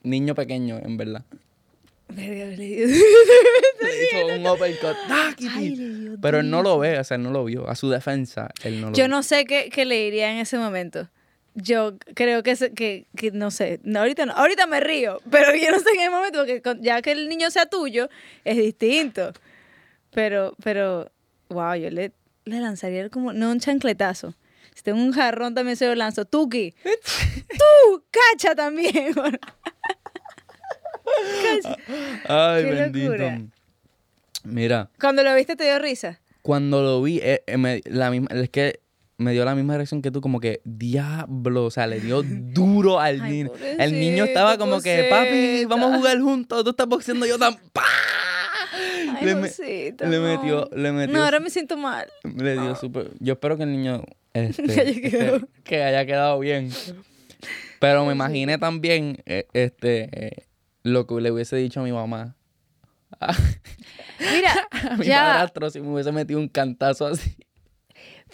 Speaker 1: niño pequeño, en verdad.
Speaker 2: Verga, le dio-
Speaker 1: Le hizo un uppercut. ¡Ah, Kitty!
Speaker 2: Ay, le dio
Speaker 1: Pero él no lo ve, o sea, él no lo vio. A su defensa, él no lo
Speaker 2: Yo
Speaker 1: vio.
Speaker 2: no sé qué, qué le diría en ese momento. Yo creo que, se- que, que no sé, no, ahorita no, ahorita me río, pero yo no sé en qué momento, porque con- ya que el niño sea tuyo, es distinto. Pero, pero, wow, yo le, le lanzaría como, no un chancletazo. Si tengo un jarrón también se lo lanzo. Tuki. Tú, cacha también. Cacha.
Speaker 1: Ay,
Speaker 2: Qué
Speaker 1: bendito.
Speaker 2: locura.
Speaker 1: Mira,
Speaker 2: Cuando lo viste te dio risa.
Speaker 1: cuando lo vi, eh, eh, me- la misma, es que me dio la misma reacción que tú, como que diablo, o sea, le dio duro al
Speaker 2: Ay,
Speaker 1: niño. El niño estaba
Speaker 2: pobrecito,
Speaker 1: como que, papi, vamos a
Speaker 2: cosita".
Speaker 1: jugar juntos, tú estás boxeando, yo también.
Speaker 2: Ay,
Speaker 1: Le me-
Speaker 2: Josito,
Speaker 1: le
Speaker 2: no.
Speaker 1: metió- le metió
Speaker 2: No, ahora
Speaker 1: su-
Speaker 2: me siento mal.
Speaker 1: Le dio súper. Yo espero que el niño. este,
Speaker 2: Que Ah. haya
Speaker 1: este,
Speaker 2: quedado.
Speaker 1: que haya quedado bien. Pero me imaginé también eh, este, eh, lo que le hubiese dicho a mi mamá. A,
Speaker 2: Mira,
Speaker 1: mi
Speaker 2: ya. va.
Speaker 1: madrastro, si me hubiese metido un cantazo así.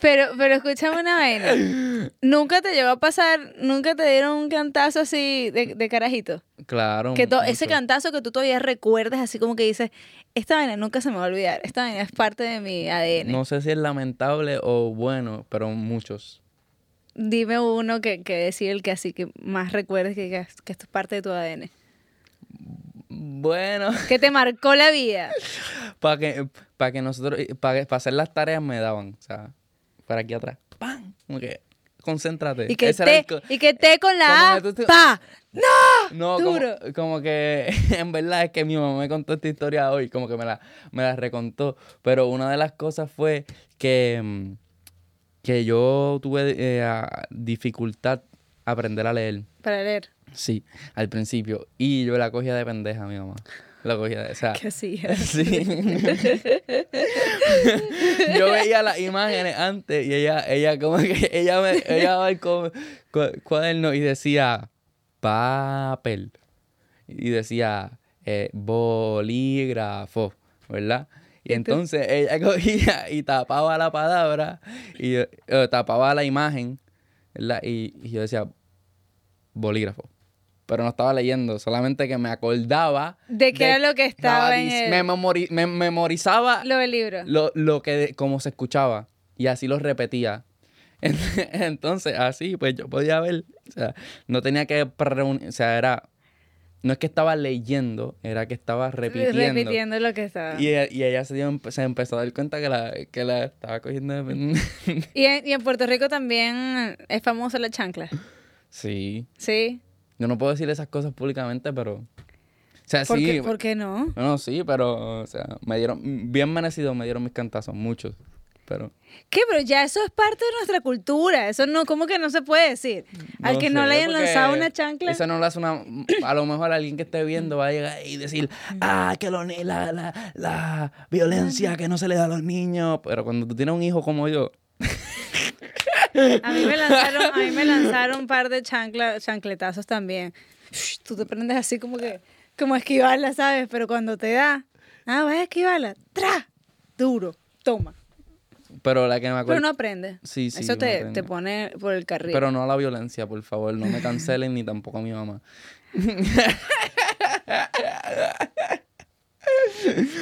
Speaker 2: Pero, pero escúchame una vaina. Nunca te llegó a pasar, nunca te dieron un cantazo así de, de carajito.
Speaker 1: Claro.
Speaker 2: Que to-
Speaker 1: mucho.
Speaker 2: ese cantazo que tú todavía recuerdas, así como que dices, esta vaina nunca se me va a olvidar, esta vaina es parte de mi ADN.
Speaker 1: No sé si es lamentable o bueno, pero muchos.
Speaker 2: Dime uno que, que decir el que así que más recuerdes que, digas que esto es parte de tu ADN.
Speaker 1: Bueno,
Speaker 2: Que te marcó la vida.
Speaker 1: para que, para que nosotros, para hacer las tareas me daban, o sea, para aquí atrás. ¡Pam! Como que, concéntrate.
Speaker 2: Y que,
Speaker 1: Ese era
Speaker 2: te,
Speaker 1: el co-
Speaker 2: y que te con la A.
Speaker 1: Como que tú te-
Speaker 2: pa.
Speaker 1: No,
Speaker 2: ¡ah! Duro.
Speaker 1: Como, como que en verdad es que mi mamá me contó esta historia hoy, como que me la, me la recontó. Pero una de las cosas fue que, mm, que yo tuve eh, a- dificultad aprender a leer.
Speaker 2: Para leer.
Speaker 1: Sí, al principio. Y yo la cogía de pendeja, mi mamá. La cogía de. O sea,
Speaker 2: Que así.
Speaker 1: Sí. Yo veía las imágenes antes y ella, ella como que ella me ella daba el co- cu- cuaderno y decía papel. Y decía eh, bolígrafo, ¿verdad? Y entonces ella cogía y tapaba la palabra y yo- eh, tapaba la imagen, ¿verdad? Y, y yo decía bolígrafo. Pero no estaba leyendo, solamente que me acordaba
Speaker 2: De qué era lo que estaba en
Speaker 1: dic-
Speaker 2: el-
Speaker 1: me, memori- me memorizaba
Speaker 2: Lo del libro.
Speaker 1: lo, lo que de- como se escuchaba y así lo repetía. En- Entonces, así pues yo podía ver, o sea, no tenía que preun- o sea, era no es que estaba leyendo, era que estaba repitiendo.
Speaker 2: Repitiendo lo que estaba.
Speaker 1: Y, e- y ella se, dio, se empezó a dar cuenta que la, que la estaba cogiendo de pendeja.
Speaker 2: Y en, y en Puerto Rico también es famosa la chancla,
Speaker 1: Sí.
Speaker 2: ¿sí?
Speaker 1: Yo no puedo decir esas cosas públicamente, pero. O sea,
Speaker 2: ¿Por,
Speaker 1: Ah, sí.
Speaker 2: qué, por qué no?
Speaker 1: No, no, sí, pero, o sea, me dieron, bien merecido me dieron mis cantazos, muchos, pero...
Speaker 2: ¿Qué? Pero ya eso es parte de nuestra cultura, eso no, ¿cómo que no se puede decir? Al que no
Speaker 1: sé,
Speaker 2: le hayan
Speaker 1: porque
Speaker 2: lanzado una chancla,
Speaker 1: Eso no lo hace una... A lo mejor alguien que esté viendo va a llegar y decir, ah, que los ni- la, la, la violencia que no se le da a los niños, pero cuando tú tienes un hijo como yo,
Speaker 2: a mí me lanzaron, a mí me lanzaron un par de chancla, chancletazos también. Ush, Tú te prendes así como que, como esquivarla, ¿sabes? Pero cuando te da, ah, vas a esquivarla, ¡tra! Duro, toma.
Speaker 1: pero la que me
Speaker 2: Pero
Speaker 1: acuerdo...
Speaker 2: no aprendes.
Speaker 1: Sí, sí,
Speaker 2: Eso
Speaker 1: no
Speaker 2: te,
Speaker 1: aprende.
Speaker 2: te pone por el carril.
Speaker 1: Pero no a la violencia, por favor, no me cancelen ni tampoco a mi mamá.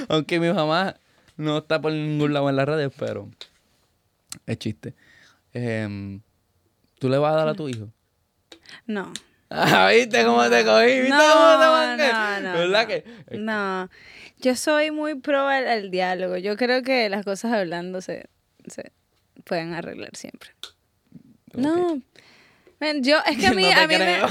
Speaker 1: Aunque mi mamá no está por ningún lado en las redes, pero es chiste. Em, ¿Tú le vas a dar a tu hijo?
Speaker 2: No.
Speaker 1: Ah, ¿Viste cómo te cogí? ¿Viste cómo te mangué? ¿Verdad
Speaker 2: no.
Speaker 1: que?
Speaker 2: No. yo soy muy pro al, al diálogo. Yo creo que las cosas hablando se, se pueden arreglar siempre. No. Ven, yo, es que a mí,
Speaker 1: No Ah, te
Speaker 2: a mí me,
Speaker 1: creo.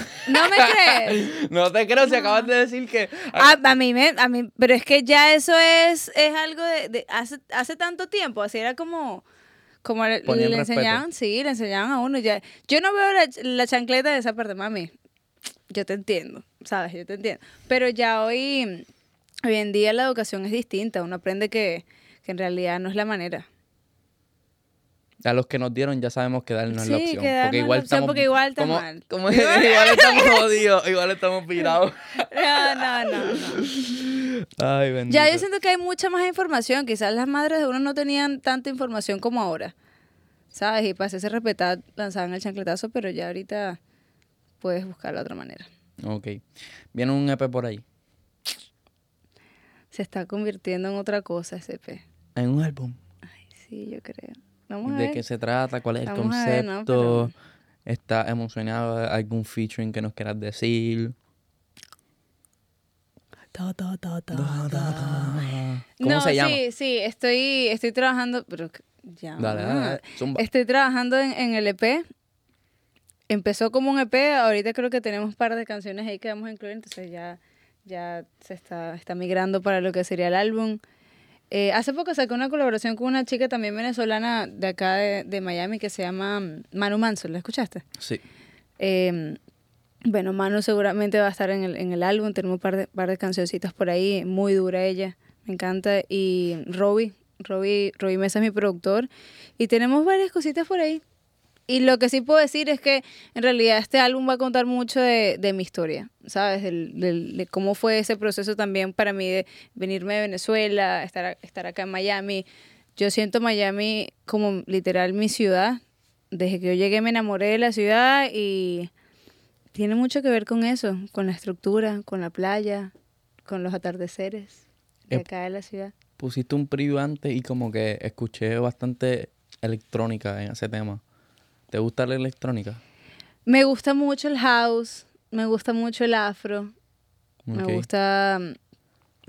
Speaker 2: no me crees.
Speaker 1: No te creo, si acabas de decir que.
Speaker 2: A, Ah, a mí me, a mí, pero es que ya eso es, es algo de, de- hace, hace tanto tiempo, así era como, como le,
Speaker 1: Ponían
Speaker 2: le
Speaker 1: respeto.
Speaker 2: enseñaban, sí, le enseñaban a uno. Ya. Yo no veo la, ch- la chancleta de esa parte, mami. Yo te entiendo, sabes, yo te entiendo. Pero ya hoy, hoy en día la educación es distinta, uno aprende que, que en realidad no es la manera.
Speaker 1: A los que nos dieron ya sabemos que darnos la
Speaker 2: Sí,
Speaker 1: opción.
Speaker 2: que darnos
Speaker 1: porque
Speaker 2: la
Speaker 1: igual
Speaker 2: opción,
Speaker 1: estamos,
Speaker 2: porque igual está
Speaker 1: como-
Speaker 2: mal.
Speaker 1: como- igual estamos jodidos, igual estamos pirados.
Speaker 2: No, Ah, no, no, no.
Speaker 1: Ay, bendito.
Speaker 2: Ya yo siento que hay mucha más información. Quizás las madres de uno no tenían tanta información como ahora. ¿Sabes? Y para ese respetar lanzaban el chancletazo, pero ya ahorita puedes buscarlo de otra manera.
Speaker 1: Ok. Viene un EP por ahí.
Speaker 2: Se está convirtiendo en otra cosa ese P.
Speaker 1: En un álbum.
Speaker 2: Sí, yo creo. Vamos a
Speaker 1: ¿De
Speaker 2: ver.
Speaker 1: qué se trata? ¿Cuál es el
Speaker 2: Vamos a ver, ¿no?
Speaker 1: concepto? ¿Estás emocionado? ¿Algún featuring que nos quieras decir?
Speaker 2: Ta, ta, ta, ta,
Speaker 1: Da, da,
Speaker 2: ta.
Speaker 1: da. ¿Cómo
Speaker 2: No,
Speaker 1: se llama?
Speaker 2: sí, sí, estoy, estoy trabajando, pero que- ya.
Speaker 1: Dale, dale, dale. Zumba.
Speaker 2: Estoy trabajando en, en el EP. Empezó como un EP, ahorita creo que tenemos un par de canciones ahí que vamos a incluir, entonces ya, ya se está, está migrando para lo que sería el álbum. Eh, hace poco saqué una colaboración con una chica también venezolana de acá de, de Miami que se llama mm, Manu Manso, ¿la escuchaste?
Speaker 1: Sí.
Speaker 2: Eh, bueno, Manu seguramente va a estar en el, en el álbum. Tenemos un par de, par de cancioncitas por ahí. Muy dura ella. Me encanta. Y Robbie. Robbie, Robbie Mesa es mi productor. Y tenemos varias cositas por ahí. Y lo que sí puedo decir es que en realidad este álbum va a contar mucho de, de mi historia, ¿sabes? Del- del- de cómo fue ese proceso también para mí de venirme de Venezuela, estar, a- estar acá en Miami. Yo siento Miami como literal mi ciudad. Desde que yo llegué me enamoré de la ciudad y tiene mucho que ver con eso, con la estructura, con la playa, con los atardeceres de
Speaker 1: Ep.
Speaker 2: acá de la ciudad.
Speaker 1: Pusiste un preview antes y como que escuché bastante electrónica en ese tema. ¿Te gusta la electrónica?
Speaker 2: Me gusta mucho el house, me gusta mucho el afro,
Speaker 1: Ok.
Speaker 2: Me gusta. mm,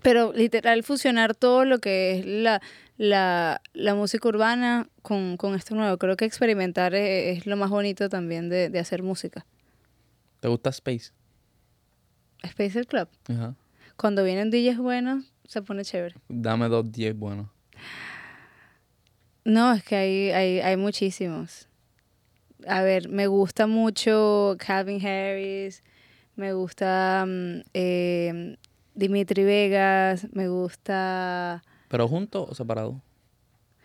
Speaker 2: Pero literal fusionar todo lo que es la, la, la música urbana con, con esto nuevo. Creo que experimentar e- es, lo más bonito también de, de hacer música.
Speaker 1: ¿Te gusta Space?
Speaker 2: Spacer Club.
Speaker 1: Ajá.
Speaker 2: Cuando vienen DJs buenos, se pone chévere.
Speaker 1: Dame dos 10 buenos.
Speaker 2: No, es que hay, hay, hay muchísimos. A ver, me gusta mucho Calvin Harris, me gusta mm, eh, Dimitri Vegas, me gusta...
Speaker 1: ¿Pero juntos o separados?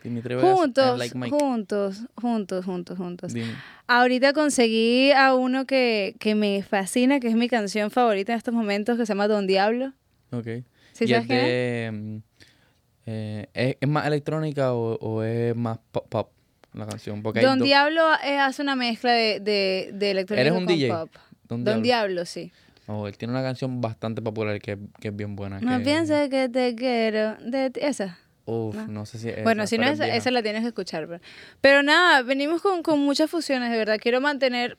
Speaker 1: Dimitri Vegas and
Speaker 2: Juntos,
Speaker 1: Like Mike.
Speaker 2: juntos, juntos, juntos, juntos.
Speaker 1: Dime.
Speaker 2: Ahorita conseguí a uno que, que me fascina, que es mi canción favorita en estos momentos, que se llama Don Diablo.
Speaker 1: Ok.
Speaker 2: ¿Sí
Speaker 1: ¿Y
Speaker 2: sabes
Speaker 1: es
Speaker 2: quién es?
Speaker 1: de, mm, eh, ¿es, es más electrónica o, o es más pop, pop la canción? Porque hay
Speaker 2: Don
Speaker 1: dos-
Speaker 2: Diablo eh, hace una mezcla de, de, de electrónico
Speaker 1: ¿Eres un
Speaker 2: con
Speaker 1: DJ?
Speaker 2: pop.
Speaker 1: Don
Speaker 2: Don,
Speaker 1: Diablo.
Speaker 2: Diablo, sí.
Speaker 1: Oh, él tiene una canción bastante popular que, que es bien buena.
Speaker 2: No
Speaker 1: que-
Speaker 2: pienses que te quiero. De ti- esa.
Speaker 1: Uf, no. sé si es
Speaker 2: bueno,
Speaker 1: esa,
Speaker 2: si no,
Speaker 1: pero
Speaker 2: esa,
Speaker 1: vieja.
Speaker 2: esa la tienes que escuchar. Pero, pero nada, venimos con, con muchas fusiones, de verdad. Quiero mantener.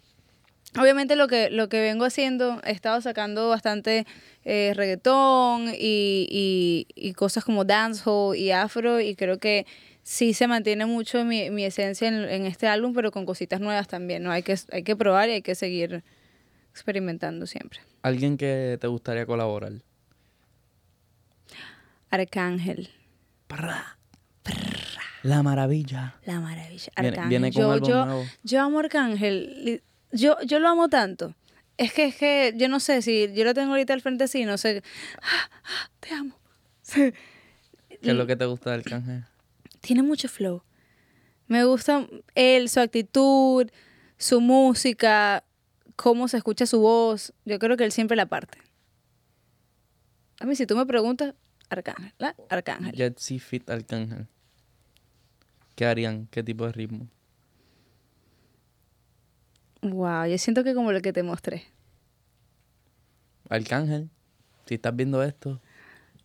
Speaker 2: Obviamente lo que, lo que vengo haciendo, he estado sacando bastante eh, reggaetón y, y- y cosas como dancehall y afro y creo que sí se mantiene mucho mi, mi esencia en, en este álbum, pero con cositas nuevas también, ¿no? Hay que, hay que probar y hay que seguir experimentando siempre.
Speaker 1: Alguien que te gustaría colaborar.
Speaker 2: Arcángel,
Speaker 1: La maravilla.
Speaker 2: la maravilla.
Speaker 1: Viene-
Speaker 2: Arcángel.
Speaker 1: viene con
Speaker 2: yo,
Speaker 1: álbum
Speaker 2: yo-
Speaker 1: nuevo.
Speaker 2: Yo amo a Arcángel. li- Yo, yo lo amo tanto. Es que, es que yo no sé si yo lo tengo ahorita al frente así, no sé. Ah, ah, te amo.
Speaker 1: ¿Qué es lo que te gusta del canje?
Speaker 2: Tiene mucho flow. Me gusta él, su actitud, su música, cómo se escucha su voz. Yo creo que él siempre la parte. A mí, si tú me preguntas, Arcángel, ¿la? Arcángel.
Speaker 1: Jetsy Fit Arcángel. ¿Qué harían? ¿Qué tipo de ritmo?
Speaker 2: Wow, yo siento que como lo que te mostré.
Speaker 1: Arcángel, si estás viendo esto,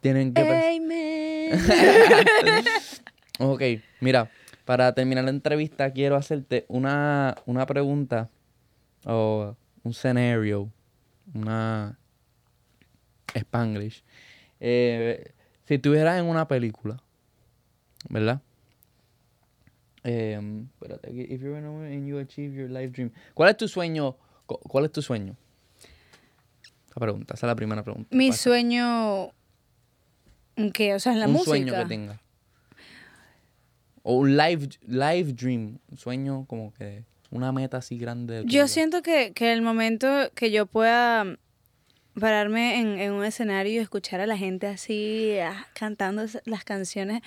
Speaker 1: tienen que
Speaker 2: Eh,
Speaker 1: pensar.
Speaker 2: Amen.
Speaker 1: Ok, mira, para terminar la entrevista quiero hacerte una, una pregunta o un scenario, una Spanglish. Eh, si estuvieras en una película, ¿verdad? Em, espérate, aquí, if you're in a movie and you achieve your life dream. ¿Cuál es tu sueño? Cu- ¿Cuál es tu sueño? Esa pregunta, esa es la primera pregunta.
Speaker 2: Mi
Speaker 1: ¿Cuál-
Speaker 2: sueño. ¿Qué? O sea, en la
Speaker 1: un
Speaker 2: música.
Speaker 1: sueño que tenga. O un live, live dream. Un sueño como que. Una meta así grande. que
Speaker 2: Yo siento que, que el momento que yo pueda pararme en, en un escenario y escuchar a la gente así ah, cantando es- las canciones,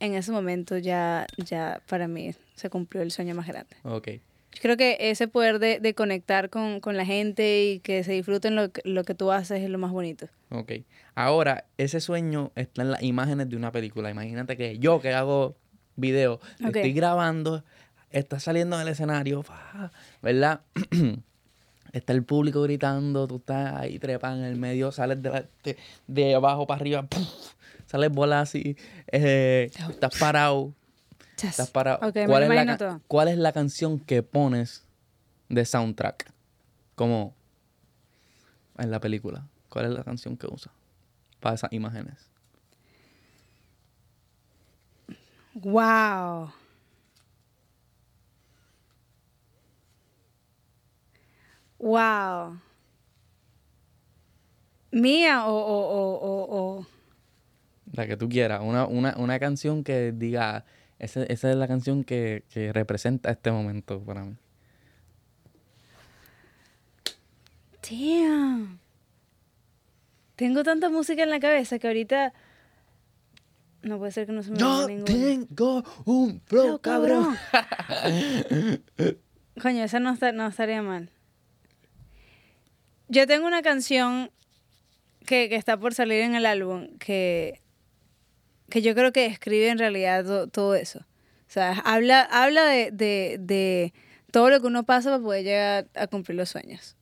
Speaker 2: en ese momento ya, ya para mí se cumplió el sueño más grande.
Speaker 1: Ok.
Speaker 2: Yo creo que ese poder de, de conectar con, con la gente y que se disfruten lo, que- lo que tú haces es lo más bonito.
Speaker 1: Ok. Ahora, ese sueño está en las imágenes de una película. Imagínate que yo que hago video, te
Speaker 2: Ok.
Speaker 1: estoy grabando, está saliendo del escenario, fa, ¿verdad? está el público gritando, tú estás ahí trepado en el medio, sales de, la- de- de abajo para arriba, ¡puf! sales bola así, eh, estás parado,
Speaker 2: Chas.
Speaker 1: Estás para-
Speaker 2: Ok, me
Speaker 1: ¿cuál,
Speaker 2: lo
Speaker 1: es la
Speaker 2: imagino
Speaker 1: ca-
Speaker 2: todo.
Speaker 1: cuál es la canción que pones de soundtrack? Como en la película. ¿Cuál es la canción que usa para esas imágenes?
Speaker 2: Wow. Wow. Mía o, o, o, o, o-
Speaker 1: La que tú quieras. Una, una, una canción que diga, "Ese- esa es la canción que, que representa este momento para mí.
Speaker 2: Damn. Tengo tanta música en la cabeza que ahorita. No puede ser que no se me venga ninguna.
Speaker 1: tengo un
Speaker 2: Pero, cabrón. Coño, esa no, está- no estaría mal. Yo tengo una canción que, que está por salir en el álbum que, que yo creo que describe en realidad to- todo eso. O sea, habla, habla de, de- de todo lo que uno pasa para poder llegar a cumplir los sueños.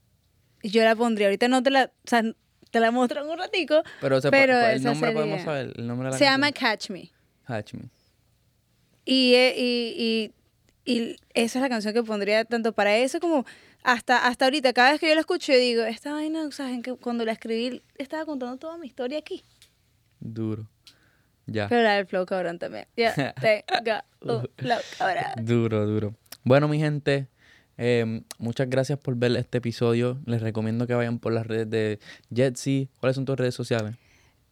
Speaker 2: Y yo la pondría. Ahorita no te la, o sea, te la muestro en un ratico.
Speaker 1: Pero, se,
Speaker 2: Pero
Speaker 1: el
Speaker 2: esa
Speaker 1: nombre
Speaker 2: sería-
Speaker 1: podemos saber. El nombre de la
Speaker 2: Se
Speaker 1: canción.
Speaker 2: llama Catch Me.
Speaker 1: Catch Me.
Speaker 2: Y, eh, y, y, y esa es la canción que pondría tanto para eso como hasta, hasta ahorita. Cada vez que yo la escucho, yo digo, esta vaina, o sea, en que cuando la escribí, estaba contando toda mi historia aquí.
Speaker 1: Duro. Ya.
Speaker 2: Pero la del flow cabrón también. Ya tengo un flow cabrón.
Speaker 1: Duro, duro. Bueno, mi gente, eh, muchas gracias por ver este episodio. Les recomiendo que vayan por las redes de Jetsy. ¿Cuáles son tus redes sociales?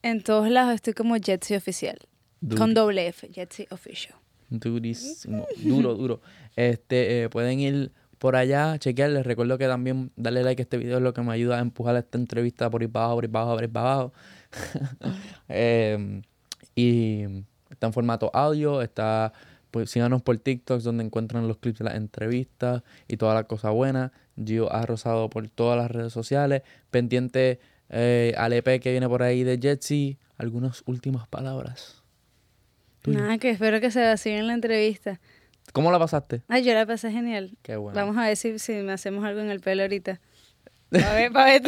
Speaker 2: En todos lados estoy como Jetsy Oficial.
Speaker 1: Dude.
Speaker 2: Con doble F, Jetsy Official.
Speaker 1: Durísimo. Duro, duro. Este, eh, pueden ir por allá, chequear. Les recuerdo que también darle like a este video es lo que me ayuda a empujar esta entrevista por ir para abajo, por ir para abajo, por ir para abajo. Eh, y está en formato audio, está... Pues síganos por TikTok donde encuentran los clips de las entrevistas y todas las cosas buenas. Gio ha rozado por todas las redes sociales. Pendiente eh, al EP que viene por ahí de Jetsy. Algunas últimas palabras. Tuyo.
Speaker 2: Nada, que espero que se vea así en la entrevista.
Speaker 1: ¿Cómo la pasaste?
Speaker 2: Ay, yo la pasé genial.
Speaker 1: Qué bueno.
Speaker 2: Vamos a ver si, si me hacemos algo en el pelo ahorita. A ver, pa' ver.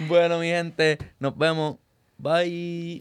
Speaker 1: Bueno, mi gente, nos vemos. Bye.